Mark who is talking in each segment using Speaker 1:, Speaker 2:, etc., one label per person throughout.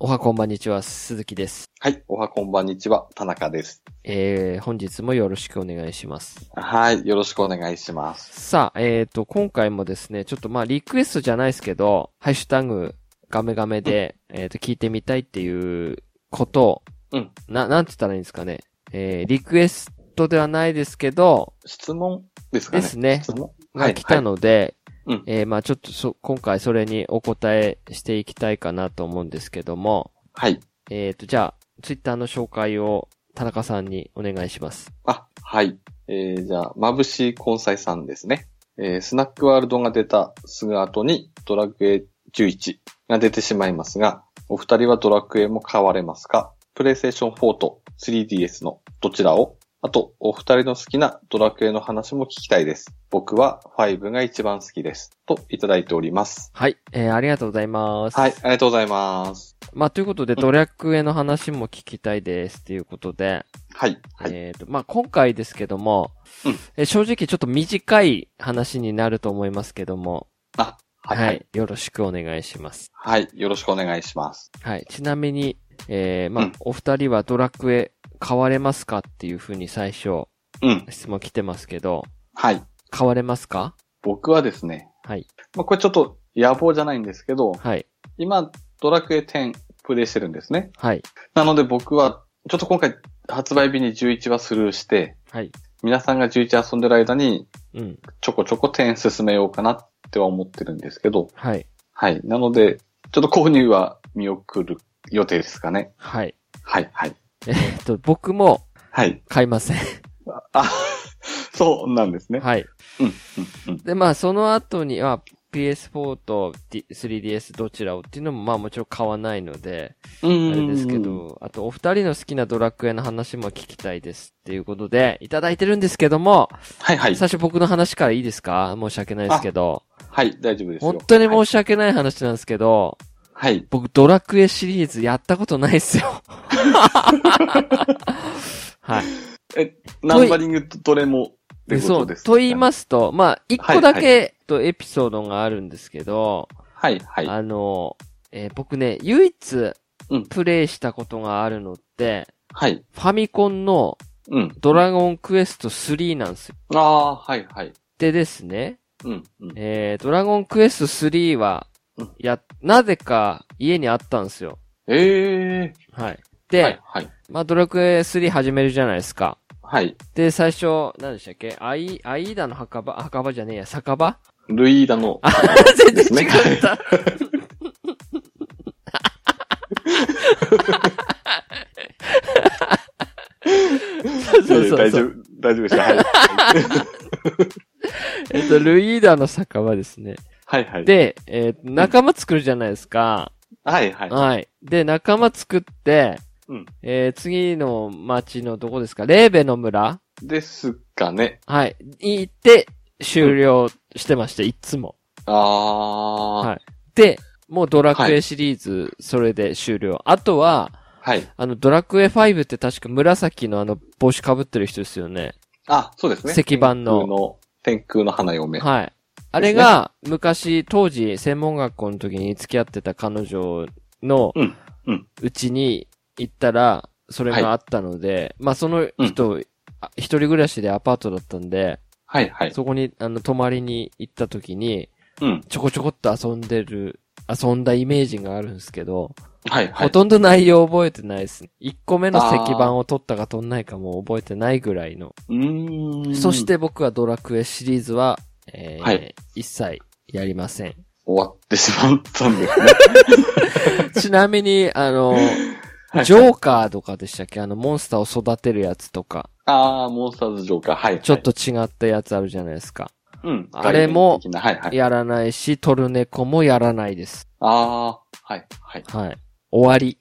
Speaker 1: おはこんばんにちは、鈴木です。
Speaker 2: はい。おはこんばんにちは。田中です。
Speaker 1: えー、本日もよろしくお願いします。
Speaker 2: はい。よろしくお願いします。
Speaker 1: さあ、えーと、今回もですね、ちょっとまあ、リクエストじゃないですけど、ハッシュタグ、ガメガメで、えーと、聞いてみたいっていうことを、
Speaker 2: うん
Speaker 1: な、なんて言ったらいいんですかね。えー、リクエストではないですけど、
Speaker 2: 質問ですか
Speaker 1: で
Speaker 2: ね
Speaker 1: すね
Speaker 2: 質。問
Speaker 1: が来た
Speaker 2: の。
Speaker 1: ので、
Speaker 2: はいうん
Speaker 1: えーまあちょっとそ、今回それにお答えしていきたいかなと思うんですけども、
Speaker 2: はい。
Speaker 1: えっ、と、じゃあ、ツイッターの紹介を田中さんにお願いします。
Speaker 2: あ、はい。えー、じゃあ、まぶしい根菜さんですね。えー、スナックワールドが出たすぐ後にドラクエ11が出てしまいますが、お二人はドラクエも買われますかプレイステーション4と 3DS のどちらをあと、お二人の好きなドラクエの話も聞きたいです。僕は5が一番好きです。といただいております。
Speaker 1: はい、えーありがとうございます。
Speaker 2: はい、ありがとうございます。
Speaker 1: まあということで、
Speaker 2: うん
Speaker 1: ドラクエの話も聞きたいですっていうことで、
Speaker 2: はい、はい、
Speaker 1: えっ、と、まあ今回ですけども、
Speaker 2: うん
Speaker 1: えー正直ちょっと短い話になると思いますけども、
Speaker 2: あ、はい、はい、
Speaker 1: よろしくお願いします。
Speaker 2: はい、よろしくお願いします。
Speaker 1: はい。ちなみに、えー、まあ、
Speaker 2: うん
Speaker 1: お二人はドラクエ買われますかっていうふうに最初
Speaker 2: うん、
Speaker 1: 質問来てますけど、
Speaker 2: はい。
Speaker 1: 買われますか
Speaker 2: 僕はですね、
Speaker 1: はい。
Speaker 2: まあ、これちょっと野望じゃないんですけど、
Speaker 1: はい。
Speaker 2: 今、ドラクエ10プレイしてるんですね。
Speaker 1: はい。
Speaker 2: なので僕は、ちょっと今回発売日に11はスルーして、
Speaker 1: はい。
Speaker 2: 皆さんが11遊んでる間に、
Speaker 1: うん。
Speaker 2: ちょこちょこ10進めようかなっては思ってるんですけど、
Speaker 1: はい。
Speaker 2: はい。なので、ちょっと購入は見送る予定ですかね。
Speaker 1: はい。
Speaker 2: はい、はい。
Speaker 1: えーっと、僕も
Speaker 2: はい。
Speaker 1: 買いません。
Speaker 2: あ、そうなんですね。
Speaker 1: はい。
Speaker 2: うん、うん、うん。
Speaker 1: で、まあ、その後に、は PS4 と D- 3DS どちらをっていうのも、まあもちろん買わないので、
Speaker 2: う
Speaker 1: あ
Speaker 2: ん
Speaker 1: れですけ。ど、あとお二人の好きなドラクエの話も聞きたいですっていうことで、いただいてるんですけども、
Speaker 2: はいはい。
Speaker 1: 最初僕の話からいいですか申し訳ないですけど。
Speaker 2: はい、大丈夫ですよ。
Speaker 1: 本当に申し訳ない話なんですけど、
Speaker 2: はい。
Speaker 1: 僕ドラクエシリーズやったことないです よ。はい。
Speaker 2: ナンバリングどれもってこ
Speaker 1: そ
Speaker 2: と
Speaker 1: う。
Speaker 2: です、
Speaker 1: と言い
Speaker 2: す。
Speaker 1: ますと、まあ、一個だけとエピソードがあるんですけど、
Speaker 2: はい、はい。
Speaker 1: あの、えー僕ね、唯一
Speaker 2: うん
Speaker 1: プレイしたことがあるのって、
Speaker 2: はい。
Speaker 1: ファミコンの
Speaker 2: うん。
Speaker 1: ドラゴンクエスト3なんですよ。
Speaker 2: ああ、はい、はい。
Speaker 1: でですね、
Speaker 2: うん、うん。
Speaker 1: えー、ドラゴンクエスト3は
Speaker 2: うん、
Speaker 1: や、なぜか家にあったんですよ。
Speaker 2: ええ
Speaker 1: はい。
Speaker 2: ー。
Speaker 1: で、
Speaker 2: はい、はい。
Speaker 1: まあ、ドラクエ3始めるじゃないですか。
Speaker 2: はい。
Speaker 1: で、最初、何でしたっけアイ、アイーダの墓場、墓場じゃねえや、酒場
Speaker 2: ルイーダの、
Speaker 1: 全
Speaker 2: ですね
Speaker 1: 然違った。そうそうそう
Speaker 2: 大丈夫、大丈夫です かはい。
Speaker 1: えっと、ルイーダの酒場ですね。
Speaker 2: はい、はい。、
Speaker 1: で、えー仲間作るじゃないですか。
Speaker 2: はい、はい。
Speaker 1: はい。で、仲間作って、
Speaker 2: うん
Speaker 1: えー次の町のどこですかレーベの村
Speaker 2: ですかね。
Speaker 1: はい。に行って、終了してました、いつも。
Speaker 2: ああ、
Speaker 1: は
Speaker 2: はいい。
Speaker 1: で、もうドラク
Speaker 2: は
Speaker 1: エ
Speaker 2: い
Speaker 1: シリーズ、それで終了。あとは、
Speaker 2: はい。
Speaker 1: あの、ドラクエ5って確か紫のあの、帽子被ってる人ですよね。
Speaker 2: あ、そうですね。
Speaker 1: 石板の
Speaker 2: 天空の、天空の花嫁。
Speaker 1: はい。あれが、昔、当時、専門学校の時に付き合ってた彼女の
Speaker 2: うんうん、
Speaker 1: うちに行ったら、それがあったので、まあその人、あ一人暮らしでアパートだったんで、
Speaker 2: はい、はい。
Speaker 1: そこに、あの、泊まりに行った時に、
Speaker 2: うん。
Speaker 1: ちょこちょこっと遊んでる、遊んだイメージがあるんですけど、
Speaker 2: はい、はい
Speaker 1: ほ。とんど内容覚えてないですね。1個目の石板を取ったか取んないかも覚えてないぐらいの。
Speaker 2: うーん。
Speaker 1: そし、て僕はドラクエシリーズは、えー
Speaker 2: はい
Speaker 1: 一切やりません。
Speaker 2: 終わってしまったんですね。
Speaker 1: ちなみに、あの、
Speaker 2: はい
Speaker 1: ジョーカーとかでしたっけあの、モンスターを育てるやつとか、
Speaker 2: ああ、モンスターズジョーカー。はい、はい。
Speaker 1: ちょっと違ったやつあるじゃないですか。
Speaker 2: うん。
Speaker 1: あれも
Speaker 2: 概念的なはいはい。
Speaker 1: やらないし、トルネコもやらないです。
Speaker 2: ああ、はい、はい。
Speaker 1: はい。終わり。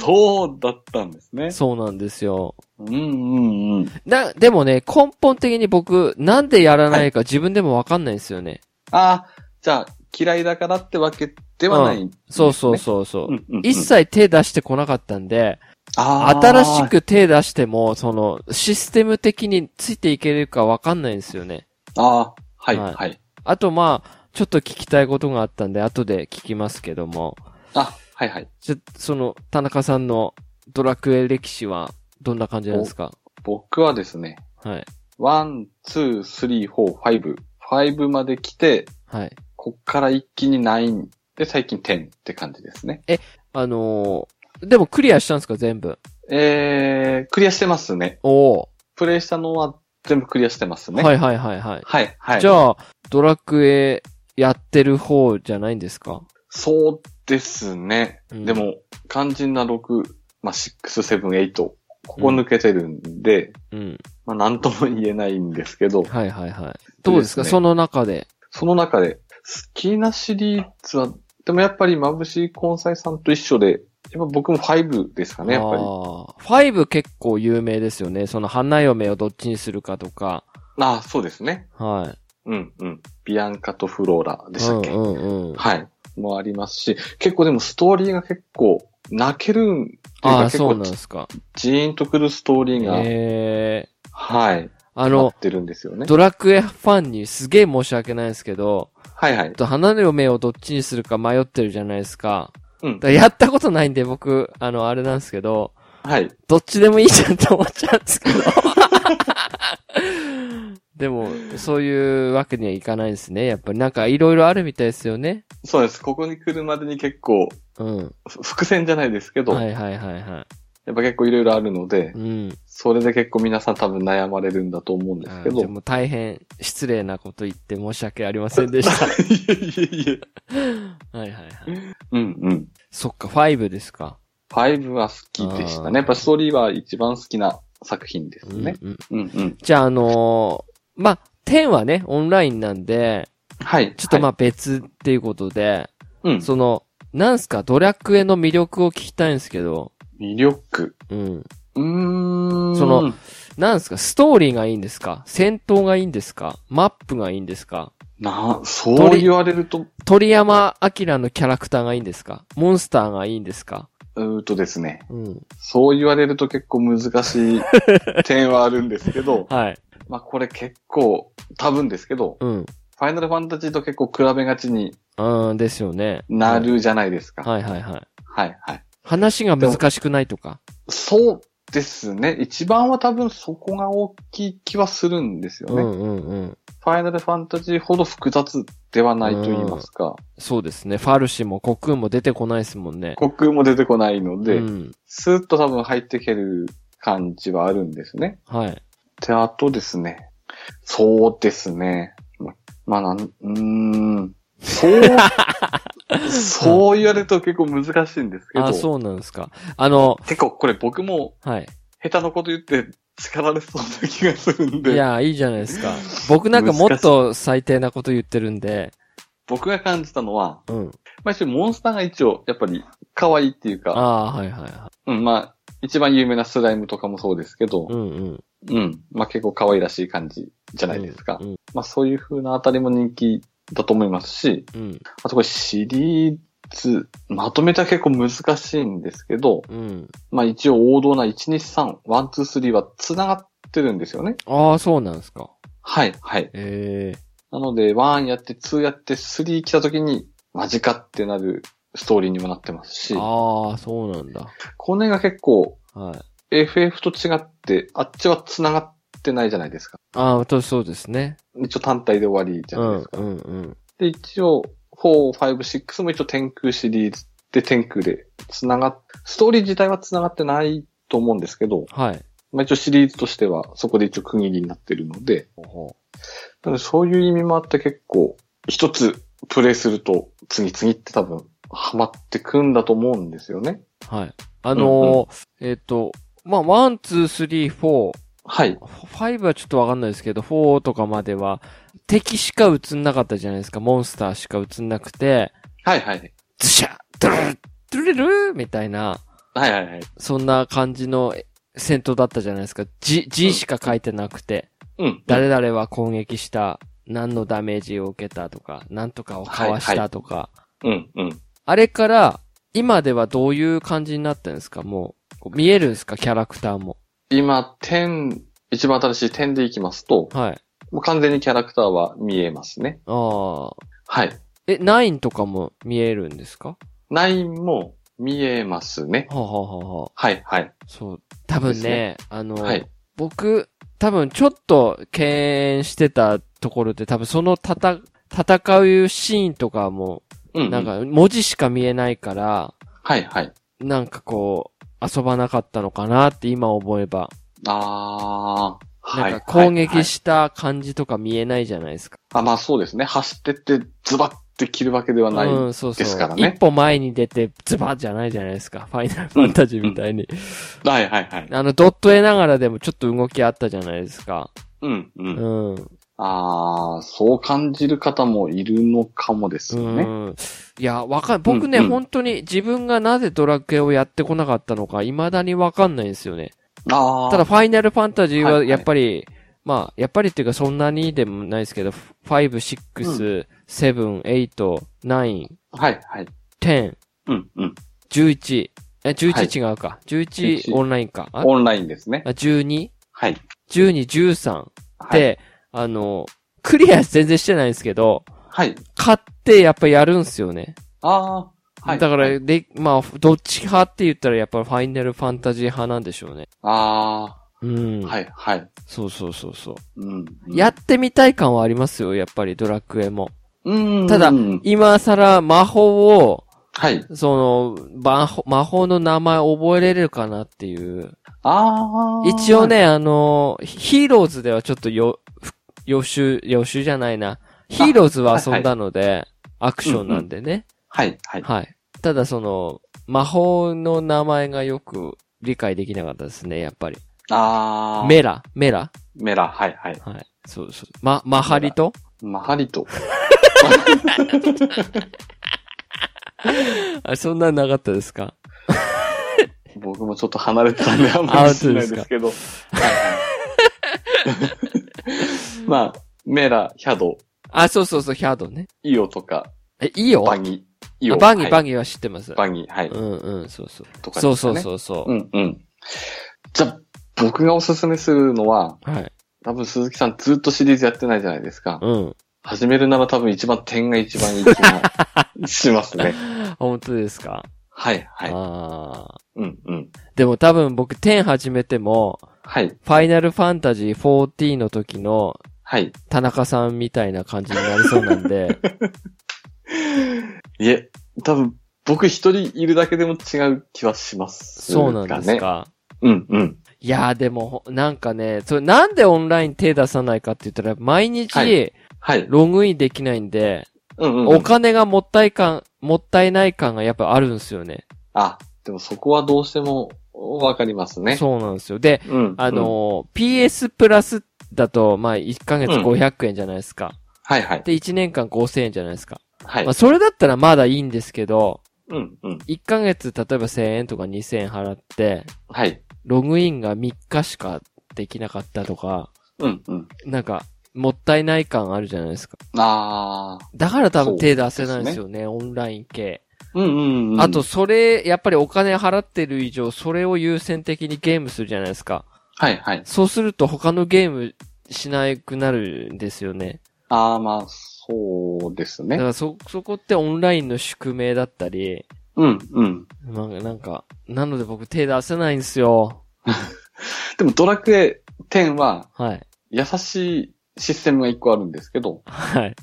Speaker 2: そうだったんですね。
Speaker 1: そうなんですよ。
Speaker 2: うん、うん、うん。
Speaker 1: な、でもね、根本的に僕、なんでやらないか自分でもわかんないんですよね。
Speaker 2: ああ、じゃあ、嫌いだからってわけではない、
Speaker 1: そうそうそうそう。
Speaker 2: うんうんうん
Speaker 1: 一切手出してこなかったんで、
Speaker 2: あー
Speaker 1: 新し。く手出しても、その、システム的についていけるかわかんないんですよね。
Speaker 2: ああ、はい、
Speaker 1: は
Speaker 2: はいい。
Speaker 1: あとまあ、ちょっと聞きたいことがあったんで、後で聞きますけども、
Speaker 2: あ、はいはい。
Speaker 1: ちょその、田中さんのドラクエ歴史はどんな感じなんですか
Speaker 2: 僕はですね、
Speaker 1: はい。
Speaker 2: ワン、ツー、スリー、フォー、ファイブ。ファイブまで来て、
Speaker 1: はい。
Speaker 2: こっから一気にナイン。で、最近10って感じですね。
Speaker 1: あのーでもクリアしたんですか全部。
Speaker 2: えー、クリアしてますね。
Speaker 1: お
Speaker 2: プレイしたのは全部クリアしてます
Speaker 1: ー、
Speaker 2: ね。。
Speaker 1: はいいはいはいはい。
Speaker 2: はい、はい。
Speaker 1: じゃあ、ドラクエやってる方じゃないんですか、
Speaker 2: そうですね。
Speaker 1: うん
Speaker 2: でも、肝心な6、まあ、6、7、8、ここ抜けてるんで、
Speaker 1: うん。
Speaker 2: まあ、なんとも言えないんですけど、
Speaker 1: はいはいはい。どうですか
Speaker 2: ですね
Speaker 1: その中で。
Speaker 2: その中で、好きなシリーズは、でもやっぱり眩しい根菜さんと一緒で、やっぱ僕も5ですかね、やっぱり。
Speaker 1: り。5結構有名ですよね。その花嫁をどっちにするかとか。
Speaker 2: ああ、そうですね。
Speaker 1: は
Speaker 2: うん、うん。ビアンカとフローラ
Speaker 1: い。
Speaker 2: でしたっけ、
Speaker 1: うんうんうん。
Speaker 2: はい。もありますし、結構でもストーリーが結構泣けるんっていう
Speaker 1: あ
Speaker 2: か
Speaker 1: あ、
Speaker 2: 結
Speaker 1: そう
Speaker 2: 構
Speaker 1: なんですか。
Speaker 2: ジーンとくるストーリーが、
Speaker 1: ええ
Speaker 2: はい。
Speaker 1: あ
Speaker 2: あ
Speaker 1: の、
Speaker 2: ってるんですよね。
Speaker 1: ドラクエファンにすげえ申し訳ないですけど、
Speaker 2: はいはい
Speaker 1: ちょっ。と花嫁をどっちにするか迷ってるじゃないですか。
Speaker 2: うん
Speaker 1: だからやったことないんで僕、あの、あれなんですけど、
Speaker 2: はい。
Speaker 1: どっちでもいいじゃんって思っちゃうんですけど。でも、そういうわけにはいかないですね。やっぱりなんかいろいろあるみたいですよね。
Speaker 2: そうです。ここに来るまでに結構、
Speaker 1: うん。
Speaker 2: ふ伏線じゃないですけど、
Speaker 1: はいはいはいは
Speaker 2: やっぱ結構いろいろあるので、
Speaker 1: い。うん。
Speaker 2: それで結構皆さん多分悩まれるんだと思うんです
Speaker 1: あ
Speaker 2: けど。
Speaker 1: でも大変失礼なこと言って申し訳ありませんでした。 はい
Speaker 2: いえいえいえ。
Speaker 1: いはいはい。
Speaker 2: うんうん。
Speaker 1: そっか、5ですか。
Speaker 2: 5は好きでした
Speaker 1: あー
Speaker 2: ね。やっぱストーリーは一番好きな作品ですね。
Speaker 1: うんうん、
Speaker 2: うんうん。
Speaker 1: じゃああのーまあ、10はね、オンラインなんで、
Speaker 2: はい。
Speaker 1: ちょっとま
Speaker 2: は
Speaker 1: あ別っていうことで、
Speaker 2: い、うん。
Speaker 1: その、なんすか、ドラクエの魅力を聞きたいんですけど、
Speaker 2: 魅力。
Speaker 1: うん。
Speaker 2: うーん。
Speaker 1: その、なんすか、ストーリーがいいんですか戦闘がいいんですかマップがいいんですか
Speaker 2: な、そう言われると、
Speaker 1: 鳥山明のキャラクターがいいんですかモンスターがいいんですか
Speaker 2: うーんとですね。
Speaker 1: うん。
Speaker 2: そう言われると結構難しい点はあるんですけど、
Speaker 1: はい。
Speaker 2: まあこれ結構、多分ですけど、
Speaker 1: うん。
Speaker 2: ファイナルファンタジーと結構比べがちに
Speaker 1: うん、ですよね。
Speaker 2: なるじゃないですか。
Speaker 1: はいはいはい。
Speaker 2: はい、はい。
Speaker 1: 話が難しくないとか。
Speaker 2: そうですね。一番は多分そこが大きい気はするんですよ
Speaker 1: う
Speaker 2: ね。
Speaker 1: んうんうん。
Speaker 2: ファイナルファンタジーほど複雑ではないと言いますか。
Speaker 1: そうですね。ファルシもコクーンも出てこないですもんね。
Speaker 2: 国空も出てこないので、
Speaker 1: うん。
Speaker 2: スーッと多分入ってける感じはあるんですね。
Speaker 1: はい。
Speaker 2: で、あとですね。そうですね。ま、まあ、なん、うーん。そう、 そう言われると結構難しいんですけど。
Speaker 1: あ、そうなんですか。あの、
Speaker 2: 結構これ僕も
Speaker 1: はい。
Speaker 2: 下手なこと言って叱られそうな気がするん
Speaker 1: い
Speaker 2: で。
Speaker 1: や、いいじゃないですか。僕なんかもっと最低なこと言ってるんで。
Speaker 2: 僕が感じたのは、
Speaker 1: うん。
Speaker 2: まあ一応モンスターが一応、やっぱり可愛いっていうか、
Speaker 1: ああー、はいはいはい。
Speaker 2: うん、まあ、一番有名なスライムとかもそうですけど
Speaker 1: う、んうん。
Speaker 2: うん、まあ結構可愛らしい感じじゃないですか。
Speaker 1: うん
Speaker 2: まあそういう風なあたりも人気だと思いますし、
Speaker 1: うん。
Speaker 2: あとこれシリーズ、まとめたら結構難しいんですけど、
Speaker 1: うん。
Speaker 2: まあ一応王道な123、123は繋がってるんですよね。
Speaker 1: ああ、そうなんですか。
Speaker 2: はい、はい。
Speaker 1: え
Speaker 2: なので、1やって、2やって、3来た時に、マジかってなるストーリーにもなってます
Speaker 1: え
Speaker 2: し、
Speaker 1: ああ、そうなんだ。
Speaker 2: この辺が結構
Speaker 1: はい。
Speaker 2: FF と違って、あっちは繋がってないじゃないですか。
Speaker 1: ああ、私そうですね。
Speaker 2: 一応単体で終わりじゃ
Speaker 1: う
Speaker 2: ない
Speaker 1: ん
Speaker 2: ですか。
Speaker 1: うんうん。
Speaker 2: で、一応、4、5、6も一応天空シリーズで天空で繋がっ、ストーリー自体は繋がってないと思うんですけど、
Speaker 1: はい。
Speaker 2: まあ一応シリーズとしてはそこで一応区切りになってるので、なのでそういう意味もあって結構、一つプレイすると次々って多分、ハマってくんだと思うんですよね。
Speaker 1: はい。あのーえっ、と、まあ、ワン、ツー、スリー、フォー。
Speaker 2: はい。
Speaker 1: ファイブはちょっとわかんないですけど、フォーとかまでは、敵しか映んなかったじゃないですか。モンスターしか映んなくて、
Speaker 2: はいはい。
Speaker 1: ズシャドゥルルドゥルルルみたいな、
Speaker 2: はいはいはい。
Speaker 1: そんな感じのえ戦闘だったじゃないですか。字、字しか書いてなくて、
Speaker 2: うん。
Speaker 1: 誰々は攻撃した、何のダメージを受けたとか、何とかをかわしたとか、
Speaker 2: うんうん。
Speaker 1: あれから、今ではどういう感じになったんですかもう、こう見えるんですかキャラクターも。
Speaker 2: 今、点、一番新しい点でいきますと、
Speaker 1: はい。
Speaker 2: もう完全にキャラクターは見えますね。
Speaker 1: ああ。
Speaker 2: はい。
Speaker 1: え、ナインとかも見えるんですか
Speaker 2: 9も見えますね。
Speaker 1: はあ、はあはあはあ、
Speaker 2: はい、はい。
Speaker 1: そう。多分ね、
Speaker 2: ですね
Speaker 1: あの、
Speaker 2: はい。
Speaker 1: 僕、多分ちょっと敬遠してたところで、多分その戦、戦うシーンとかも、
Speaker 2: うん、
Speaker 1: なん、か文字しか見えないから、
Speaker 2: はい、はい。
Speaker 1: なんかこう、遊ばなかったのかなって今思えば。
Speaker 2: あー。は。
Speaker 1: ないんか攻
Speaker 2: はい
Speaker 1: 撃した感じとか見えないじゃないですか。
Speaker 2: あ、まあそうですね。走ってってズバッて切るわけではない。
Speaker 1: うん、そうそう。
Speaker 2: ですからね
Speaker 1: 一歩前に出てズバッじゃないじゃないですか。ファイナルファンタジーみたいに。
Speaker 2: はいはいはい。
Speaker 1: あの、ドット絵ながらでもちょっと動きあったじゃないですか。
Speaker 2: うん、う。
Speaker 1: うんん。
Speaker 2: あー、そう感じる方もいるのかもですよね。
Speaker 1: うん。いや、わかん、僕ね、
Speaker 2: うんうん
Speaker 1: 本当に自分がなぜドラクエをやってこなかったのか、未だにわかんないんですよね。
Speaker 2: あー。
Speaker 1: ただ、ファイナルファンタジー
Speaker 2: はい
Speaker 1: は
Speaker 2: はい
Speaker 1: やっぱり、まあ、やっぱりっていうかそんなにでもないですけど、5、6、7、8、9、
Speaker 2: はいはい。
Speaker 1: 10、
Speaker 2: うん、うん。
Speaker 1: 11、え、
Speaker 2: はい
Speaker 1: 11違うか。11
Speaker 2: 11
Speaker 1: オンラインか。あ
Speaker 2: オンラインですね。
Speaker 1: あ 12?12、
Speaker 2: はい。
Speaker 1: 12 13っ
Speaker 2: はい。
Speaker 1: て、あの、クリア全然してないんですけど、
Speaker 2: はい。
Speaker 1: 買ってやっぱやるんすよね。
Speaker 2: あー。はい。
Speaker 1: だか
Speaker 2: は
Speaker 1: ら、
Speaker 2: い、
Speaker 1: で、まあ、どっち派って言ったらやっぱりファイナルファンタジー派なんでしょうね。
Speaker 2: あ
Speaker 1: うん。
Speaker 2: ー。はいはい。
Speaker 1: そうそうそうそう。
Speaker 2: うん。うん
Speaker 1: やっ、てみたい感はありますよ、やっぱりドラクエも。
Speaker 2: うん。
Speaker 1: ただ
Speaker 2: うん
Speaker 1: 今更魔法を、
Speaker 2: はい。
Speaker 1: その、魔法魔法の名前覚えれるかなっていう。
Speaker 2: あー。
Speaker 1: 一応。ね、あの、ヒーローズではちょっとよ、ふ予習、予習じゃないな。ヒーローズは遊んだので、アクションなんでね。
Speaker 2: はいは い。
Speaker 1: はい。ただその、魔法の名前がよく理解できなかったですね、やっぱり。
Speaker 2: あー。
Speaker 1: メラ、メラ
Speaker 2: メラ、はいはい。
Speaker 1: はい。そうそう。ま、マハリと
Speaker 2: マハリと。
Speaker 1: あ、そんなんなかったですか
Speaker 2: 僕もちょっと離れてたんで、あんまり知らないですけど。はいはいまあ、メラ、ヒャド、
Speaker 1: あ、そうそうそう、ヒャドね。
Speaker 2: イオとか、
Speaker 1: え、いいよ。
Speaker 2: バギ、イ
Speaker 1: あ
Speaker 2: オ。
Speaker 1: バギ、バ
Speaker 2: ギ。
Speaker 1: ギは知ってます。
Speaker 2: バギ、はい。
Speaker 1: うんうん、そうそう。
Speaker 2: とかですか
Speaker 1: そうそ
Speaker 2: ね
Speaker 1: うそうそう。
Speaker 2: うんうん。じゃあ、僕がおすすめするのは、
Speaker 1: はい。
Speaker 2: 多分鈴木さんずっとシリーズやってないじゃないですか。
Speaker 1: うん。
Speaker 2: 始めるなら多分一番点が一番いい気がしま すね。
Speaker 1: あ本当ですか
Speaker 2: はいはい。
Speaker 1: ああ。
Speaker 2: うんうん。
Speaker 1: でも多分僕10始めても、
Speaker 2: はい
Speaker 1: ファイナルファンタジー14の時の
Speaker 2: はい。
Speaker 1: 田中さんみたいな感じになりそうなん で、
Speaker 2: いえ、多分僕一人いるだけでも違う気はします、
Speaker 1: そうなんです。か。
Speaker 2: うんうん。
Speaker 1: いやーでも、なんかね、それなんでオンライン手出さないかって言ったら、毎
Speaker 2: は
Speaker 1: 日
Speaker 2: いはい。
Speaker 1: ログインできないんで、
Speaker 2: うんうん。
Speaker 1: お金がもったい感、もったいない感がやっぱあるんですよね。
Speaker 2: あ、でもそこはどうしてもわかりますね。
Speaker 1: そうなんですよ。で、
Speaker 2: う。うん。
Speaker 1: あ
Speaker 2: うん、
Speaker 1: のー PS プラスだと、まあ、1ヶ月
Speaker 2: うん
Speaker 1: 500円じゃないですか。
Speaker 2: はいはい。
Speaker 1: で、1年間5000円じゃないですか。
Speaker 2: はい
Speaker 1: まあ、。それだったらまだいいんですけど、
Speaker 2: うんうん。
Speaker 1: 1ヶ月、例えば1000円とか2000円払って、
Speaker 2: はい。
Speaker 1: ログインが3日しかできなかったとか、
Speaker 2: うんうん。
Speaker 1: なんか、もったいない感あるじゃないですか。
Speaker 2: ああ。
Speaker 1: だから多分
Speaker 2: そう
Speaker 1: 手出せないんですよね、オンライン系。
Speaker 2: うんうんうん。
Speaker 1: あと、、それ、やっぱりお金払ってる以上、それを優先的にゲームするじゃないですか。
Speaker 2: はいはい。
Speaker 1: そうすると他のゲームしなくなるんですよね。
Speaker 2: ああ、まあ、そうです
Speaker 1: だか
Speaker 2: ね。
Speaker 1: らそ、そこってオンラインの宿命だったり、
Speaker 2: うんうん。
Speaker 1: なんか、なんか、なので僕手出せないんですよ。
Speaker 2: でもドラクエ10は
Speaker 1: はい。
Speaker 2: 優しいシステムが一個あるんですけど、
Speaker 1: はい。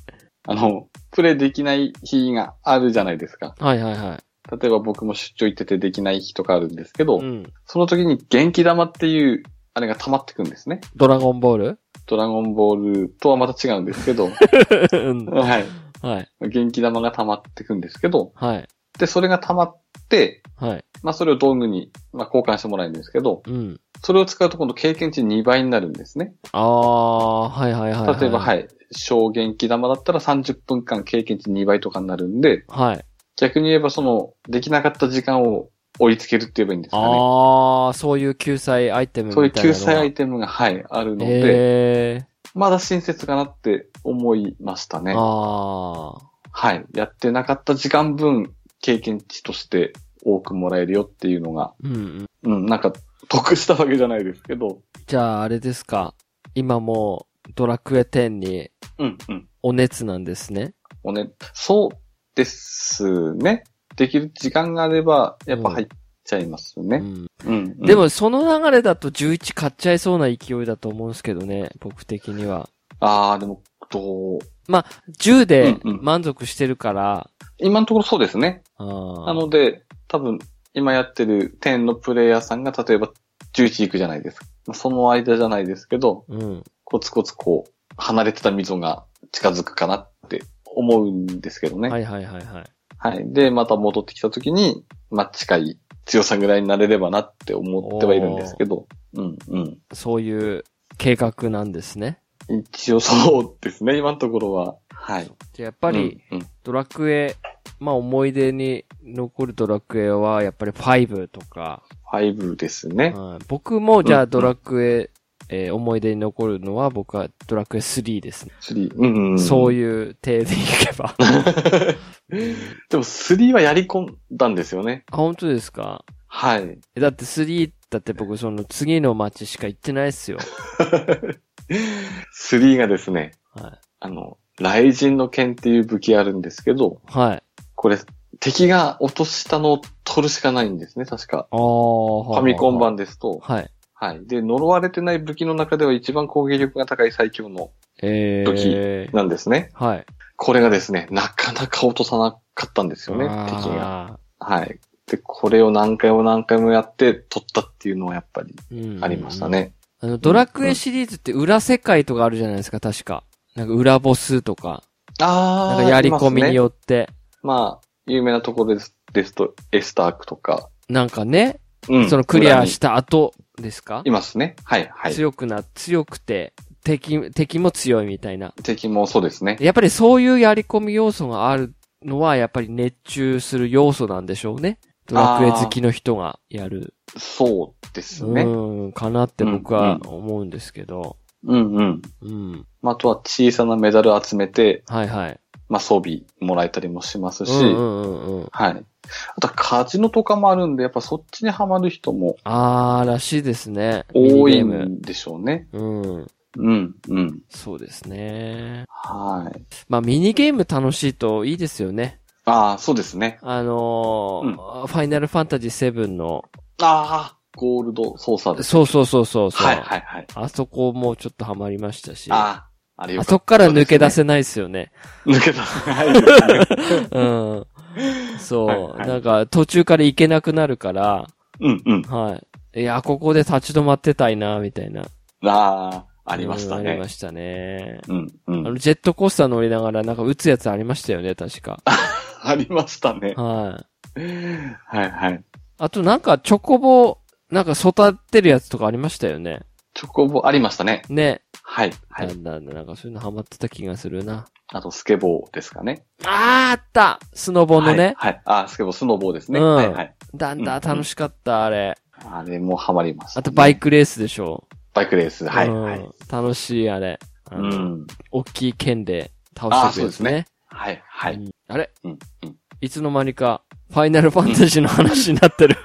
Speaker 2: あの、プレイできない日があるじゃないですか。
Speaker 1: はいはいは
Speaker 2: 例えば僕も出張行っててできない日とかあるんですけど、
Speaker 1: い。うん。
Speaker 2: その時に元気玉っていう、あれが溜まってくんですね。
Speaker 1: ドラゴンボール
Speaker 2: ドラゴンボールとはまた違うんです けど、
Speaker 1: うん
Speaker 2: はい。
Speaker 1: はい。
Speaker 2: 元気玉が溜まってくんですけど、
Speaker 1: はい。
Speaker 2: で、それが溜まって、
Speaker 1: はい。
Speaker 2: まあそれを道具に、まあ、交換してもらえるんですけど、
Speaker 1: うん。
Speaker 2: それを使うと今度経験値2倍になるんですね。
Speaker 1: あー、はいはいはい、はい。。
Speaker 2: 例えば、はいい、小元気玉だったら30分間経験値2倍とかになるんで、
Speaker 1: はい。
Speaker 2: 逆に言えばその、できなかった時間を追いつけるって言えばいいんですかね。
Speaker 1: あー、そういう救済アイテムみた
Speaker 2: そ
Speaker 1: いう
Speaker 2: い
Speaker 1: な
Speaker 2: う
Speaker 1: のが。
Speaker 2: 救済アイテムが、はい、あるので、
Speaker 1: え
Speaker 2: まだ親切かなって思いました
Speaker 1: え
Speaker 2: ね
Speaker 1: ー。。あ
Speaker 2: はい。やってなかった時間分、経験値として多くもらえるよっていうのが、
Speaker 1: ー。うんうん。
Speaker 2: うん、なんか、得したわけじゃないですけど、
Speaker 1: じゃあ、あれですか。今もう、ドラクエ10に
Speaker 2: うん、うん。
Speaker 1: お熱なんですね。
Speaker 2: おね、そうですね。できる時間があれば、やっぱ入っちゃいます
Speaker 1: う
Speaker 2: ね。
Speaker 1: ん、
Speaker 2: うん、うん
Speaker 1: で、もその流れだと11買っちゃいそうな勢いだと思うんですけどね、僕的には。
Speaker 2: ああ、でも、どう、
Speaker 1: 10で
Speaker 2: うんうん
Speaker 1: 満足してるから、
Speaker 2: 今のところそうですね。
Speaker 1: あ
Speaker 2: な
Speaker 1: ー
Speaker 2: ので、多分、今やってる10のプレイヤーさんが、例えば11行くじゃないですか。まあその間じゃないですけど、
Speaker 1: うん。
Speaker 2: コツコツこう、離れてた溝が近づくかなって思うんですけどね。は。
Speaker 1: はいいはいはいはい。
Speaker 2: で、また戻ってきた時に、まあ、近い強さぐらいになれればなって思ってはいるんですけど、うんうん。
Speaker 1: そういう計画なんですね。
Speaker 2: 一応そうですね、今のところは。はい。やっ
Speaker 1: でやっぱり、、
Speaker 2: うん、
Speaker 1: ドラクエ、まあ思い出に残るドラクエは、やっぱり5とか、
Speaker 2: 5ですね。
Speaker 1: はい僕もじゃ
Speaker 2: う
Speaker 1: あ
Speaker 2: ん
Speaker 1: ドラクエ、えー思い出に残るのは僕はドラクエ3ですね。
Speaker 2: 3。うん、うん。
Speaker 1: そう
Speaker 2: う。
Speaker 1: いう体でいけ ば。
Speaker 2: でも3はやり込んだんですよね。
Speaker 1: あ、本当ですか
Speaker 2: はい。
Speaker 1: えだって3、だって僕その次の街しか行ってないっすよ。
Speaker 2: 3がですね、
Speaker 1: は
Speaker 2: あの、雷神の剣っていう武器あるんですけど、
Speaker 1: い。はい。
Speaker 2: これ、敵が落としたのを取るしかないんですね、確か。
Speaker 1: あー。
Speaker 2: フ
Speaker 1: フ
Speaker 2: ァミコン。版ですと。
Speaker 1: はい。
Speaker 2: はい。で、呪われてない武器の中では一番攻撃力が高い最強の
Speaker 1: えー。
Speaker 2: なんですね。
Speaker 1: はい。
Speaker 2: これがですね、なかなか落とさなかったんですよね、敵が。
Speaker 1: あ
Speaker 2: はい。で、これを何回も何回もやって取ったっていうのはやっぱり
Speaker 1: ーうん
Speaker 2: ありました。ね。
Speaker 1: あの、ドラクエシリーズって裏世界とかあるじゃないですか、確か。なんか裏ボスとか。
Speaker 2: あ
Speaker 1: な
Speaker 2: あ
Speaker 1: んかやり込みに
Speaker 2: よ
Speaker 1: よって。
Speaker 2: まあ、有名なところですですと、エスタークとか、
Speaker 1: なんかね、
Speaker 2: うん
Speaker 1: そのクリ
Speaker 2: 裏
Speaker 1: ア
Speaker 2: に
Speaker 1: した後ですか
Speaker 2: いますね。はい、はい。
Speaker 1: 強くな、強くて、敵、敵も強いみたいな。
Speaker 2: 敵もそうですね。
Speaker 1: やっぱりそういうやり込み要素があるのは、やっぱり熱中する要素なんでしょうね。ドラクエ好きの人がやる。
Speaker 2: そうです
Speaker 1: う
Speaker 2: ね。
Speaker 1: ーん、かなって僕は思うんですけど。
Speaker 2: うんうん。
Speaker 1: うん。
Speaker 2: まああとは小さなメダル集めて、
Speaker 1: はいはい。
Speaker 2: まあ装備もらえたりもしますし、
Speaker 1: うんうんうんうん。
Speaker 2: はい。あとはカジノとかもあるんで、やっぱそっちにハマる人も
Speaker 1: あー、らしいですね。
Speaker 2: 多
Speaker 1: ミニゲ
Speaker 2: い
Speaker 1: ーム
Speaker 2: んでしょうね。
Speaker 1: うん。
Speaker 2: うん、うん。
Speaker 1: そうですね。
Speaker 2: はい。
Speaker 1: まあ、ミニゲーム楽しいといいですよね。
Speaker 2: ああ、そうですね。
Speaker 1: あのーファイナルファンタジー7の、
Speaker 2: ああ、ゴールド操作です。
Speaker 1: そうそうそうそうそう。
Speaker 2: はい、はい、はい。
Speaker 1: あそこもちょっとハマりましたし。
Speaker 2: ああ、あれよ
Speaker 1: あ
Speaker 2: か
Speaker 1: そ
Speaker 2: っ
Speaker 1: こから
Speaker 2: たで
Speaker 1: 抜
Speaker 2: すね
Speaker 1: け出。せないですよね。
Speaker 2: 抜け出せな
Speaker 1: う
Speaker 2: い。
Speaker 1: ん。そう、
Speaker 2: はいはい
Speaker 1: なんか途中から行けなくなるから、
Speaker 2: うん、うん。
Speaker 1: はい。いや、ここで立ち止まってたいな、みたいな。
Speaker 2: ああ、ありました
Speaker 1: うんありま
Speaker 2: ね。
Speaker 1: したね。
Speaker 2: うん、
Speaker 1: あ
Speaker 2: うん
Speaker 1: の、。ジェットコースター乗りながらなんか撃つやつありましたよね、確か。
Speaker 2: ありましたね。
Speaker 1: はい。
Speaker 2: はいはい。
Speaker 1: あとなんかチョコボ、なんか育ってるやつとかありましたよね。
Speaker 2: チョコボありましたね。
Speaker 1: ね。
Speaker 2: はい。はい
Speaker 1: な。んだ、なんかそういうのハマってた気がするな。
Speaker 2: あと、スケボーですかね。
Speaker 1: あーあったスノボのね。
Speaker 2: はい。はいあ、スケボー、スノボーですね。
Speaker 1: うん
Speaker 2: はいはい。
Speaker 1: だんだん
Speaker 2: うんうん
Speaker 1: 楽しかった、あれ。
Speaker 2: あれもハマりました、
Speaker 1: あとバイ
Speaker 2: ク。
Speaker 1: クレースでしょ。
Speaker 2: バイクレース。はい。
Speaker 1: うん
Speaker 2: はい。
Speaker 1: 楽しい、あれ。あ
Speaker 2: う
Speaker 1: の
Speaker 2: ん。
Speaker 1: 大きい剣で倒していくやつね。
Speaker 2: はい。は
Speaker 1: う
Speaker 2: い。
Speaker 1: んあれ
Speaker 2: うんうん
Speaker 1: いつの間にか、ファイナルファンタジーの話になってる。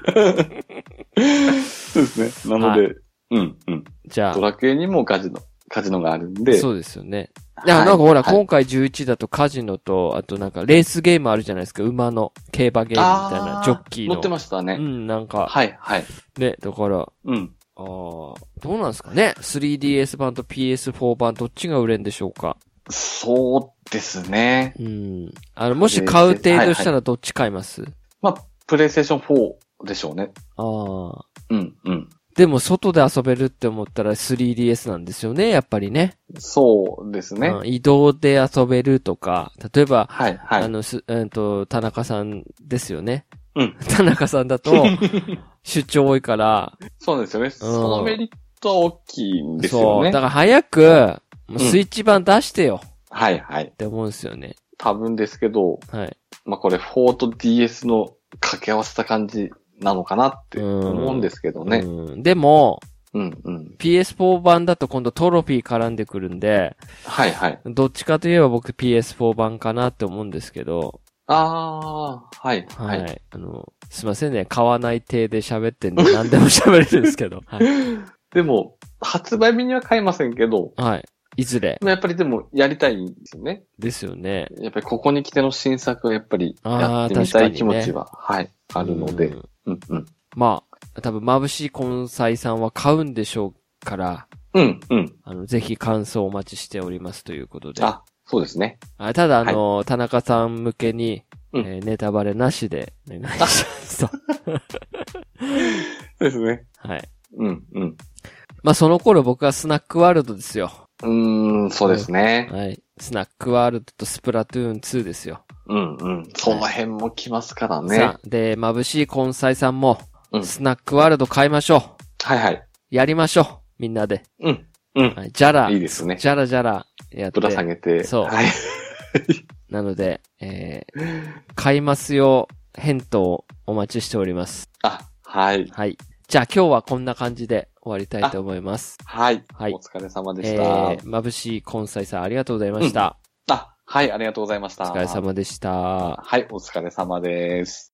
Speaker 2: そうですね。なので、うん、うん。
Speaker 1: じゃ
Speaker 2: ドラクエにもカジノ、カジノがあるん
Speaker 1: あ、
Speaker 2: で。。
Speaker 1: そううですよね。いや、なんかほら、
Speaker 2: はい
Speaker 1: 今回11だとカジノと、あとなんかレースゲームあるじゃないですか。馬の競馬ゲームみたいな
Speaker 2: あ、
Speaker 1: ジョッキーの。
Speaker 2: 乗ってました
Speaker 1: う
Speaker 2: ね。
Speaker 1: ん、なんか、
Speaker 2: はい、はい。
Speaker 1: ね、だから、
Speaker 2: うん。
Speaker 1: ああ、どうなんですかね ?3DS 版と PS4 版どっちが売れんでしょうか
Speaker 2: そうですね。
Speaker 1: うん。あの、もし買う程度したらどっち買います、
Speaker 2: まあ、プレイステーション4でしょうね。
Speaker 1: ああ。
Speaker 2: うん、うん。
Speaker 1: でも外で遊べるって思ったら 3DS なんですよね、やっぱりね。
Speaker 2: そうですね。
Speaker 1: うん移動で遊べるとか、例えば、
Speaker 2: はい、は
Speaker 1: あ
Speaker 2: い。
Speaker 1: の、す、うんと、田中さんですよね。
Speaker 2: うん。
Speaker 1: 田中さんだ と、出張多いから、
Speaker 2: そうですよね。そのメリットは大きいんですよ
Speaker 1: そう、だ
Speaker 2: ね
Speaker 1: か。ら早く、もううんスイッチ版出してよっ
Speaker 2: はいはい。
Speaker 1: て思うんですよね。
Speaker 2: 多分ですけど、
Speaker 1: はい。
Speaker 2: まあこれ4と DS の掛け合わせた感じなのかなって思うんですけどね。
Speaker 1: うん、でも、
Speaker 2: うんうん。
Speaker 1: PS4 版だと今度トロフィー絡んでくるんで、
Speaker 2: はいはい。
Speaker 1: どっちかといえば僕 PS4 版かなって思うんですけど、
Speaker 2: あー、はい
Speaker 1: は。
Speaker 2: はいい。
Speaker 1: あの、すいませんね。買わない体で喋ってん で、何でも喋れるんですけど。はい。
Speaker 2: でも、発売日には買いませんけど、
Speaker 1: はい。いずれ。
Speaker 2: まあやっぱりでも、やりたいんですよね。
Speaker 1: ですよね。
Speaker 2: やっぱりここに来ての新作はやっぱりや
Speaker 1: あー
Speaker 2: ってみたい
Speaker 1: 確かにね
Speaker 2: 気持ちは、はい、あるの
Speaker 1: う
Speaker 2: で。
Speaker 1: ん
Speaker 2: うんうん。
Speaker 1: まあ、多分、眩しい根菜さんは買うんでしょうから、
Speaker 2: うんうん。
Speaker 1: あの、ぜひ感想をお待ちしておりますということで。
Speaker 2: あ、そうですね。
Speaker 1: あただ、あの、田中さん向けに、
Speaker 2: うん
Speaker 1: えーネタバレなしでお願いし ますと。
Speaker 2: ですね。
Speaker 1: はい。
Speaker 2: うんうん。
Speaker 1: まあ、その頃僕はスナックワールドですよ。
Speaker 2: うーん、そうですね。
Speaker 1: はい。スナックワールドとスプラトゥーン2ですよ。
Speaker 2: うんうん。その辺も来ますからね。
Speaker 1: さあ、で、眩しい根菜さんも、
Speaker 2: うん
Speaker 1: スナックワールド買いましょ
Speaker 2: はいはい。
Speaker 1: う。やりましょう。みんなで。
Speaker 2: うん。うん。
Speaker 1: はい。じゃら、
Speaker 2: いいですね
Speaker 1: じゃらじゃら、やって。
Speaker 2: ぶら下げて。
Speaker 1: そう
Speaker 2: はい。
Speaker 1: なので、えー、買いますよ、返答をお待ちしております。
Speaker 2: あ、はい。
Speaker 1: はい。じゃあ今日はこんな感じで終わりたいと思います。
Speaker 2: はい。
Speaker 1: はい
Speaker 2: お疲れ様でし
Speaker 1: え
Speaker 2: た。
Speaker 1: ー、眩しい根菜さんありがとうございました。
Speaker 2: あ、はい、ありがとうございました。
Speaker 1: お疲れ様でした。
Speaker 2: はい、お疲れ様です。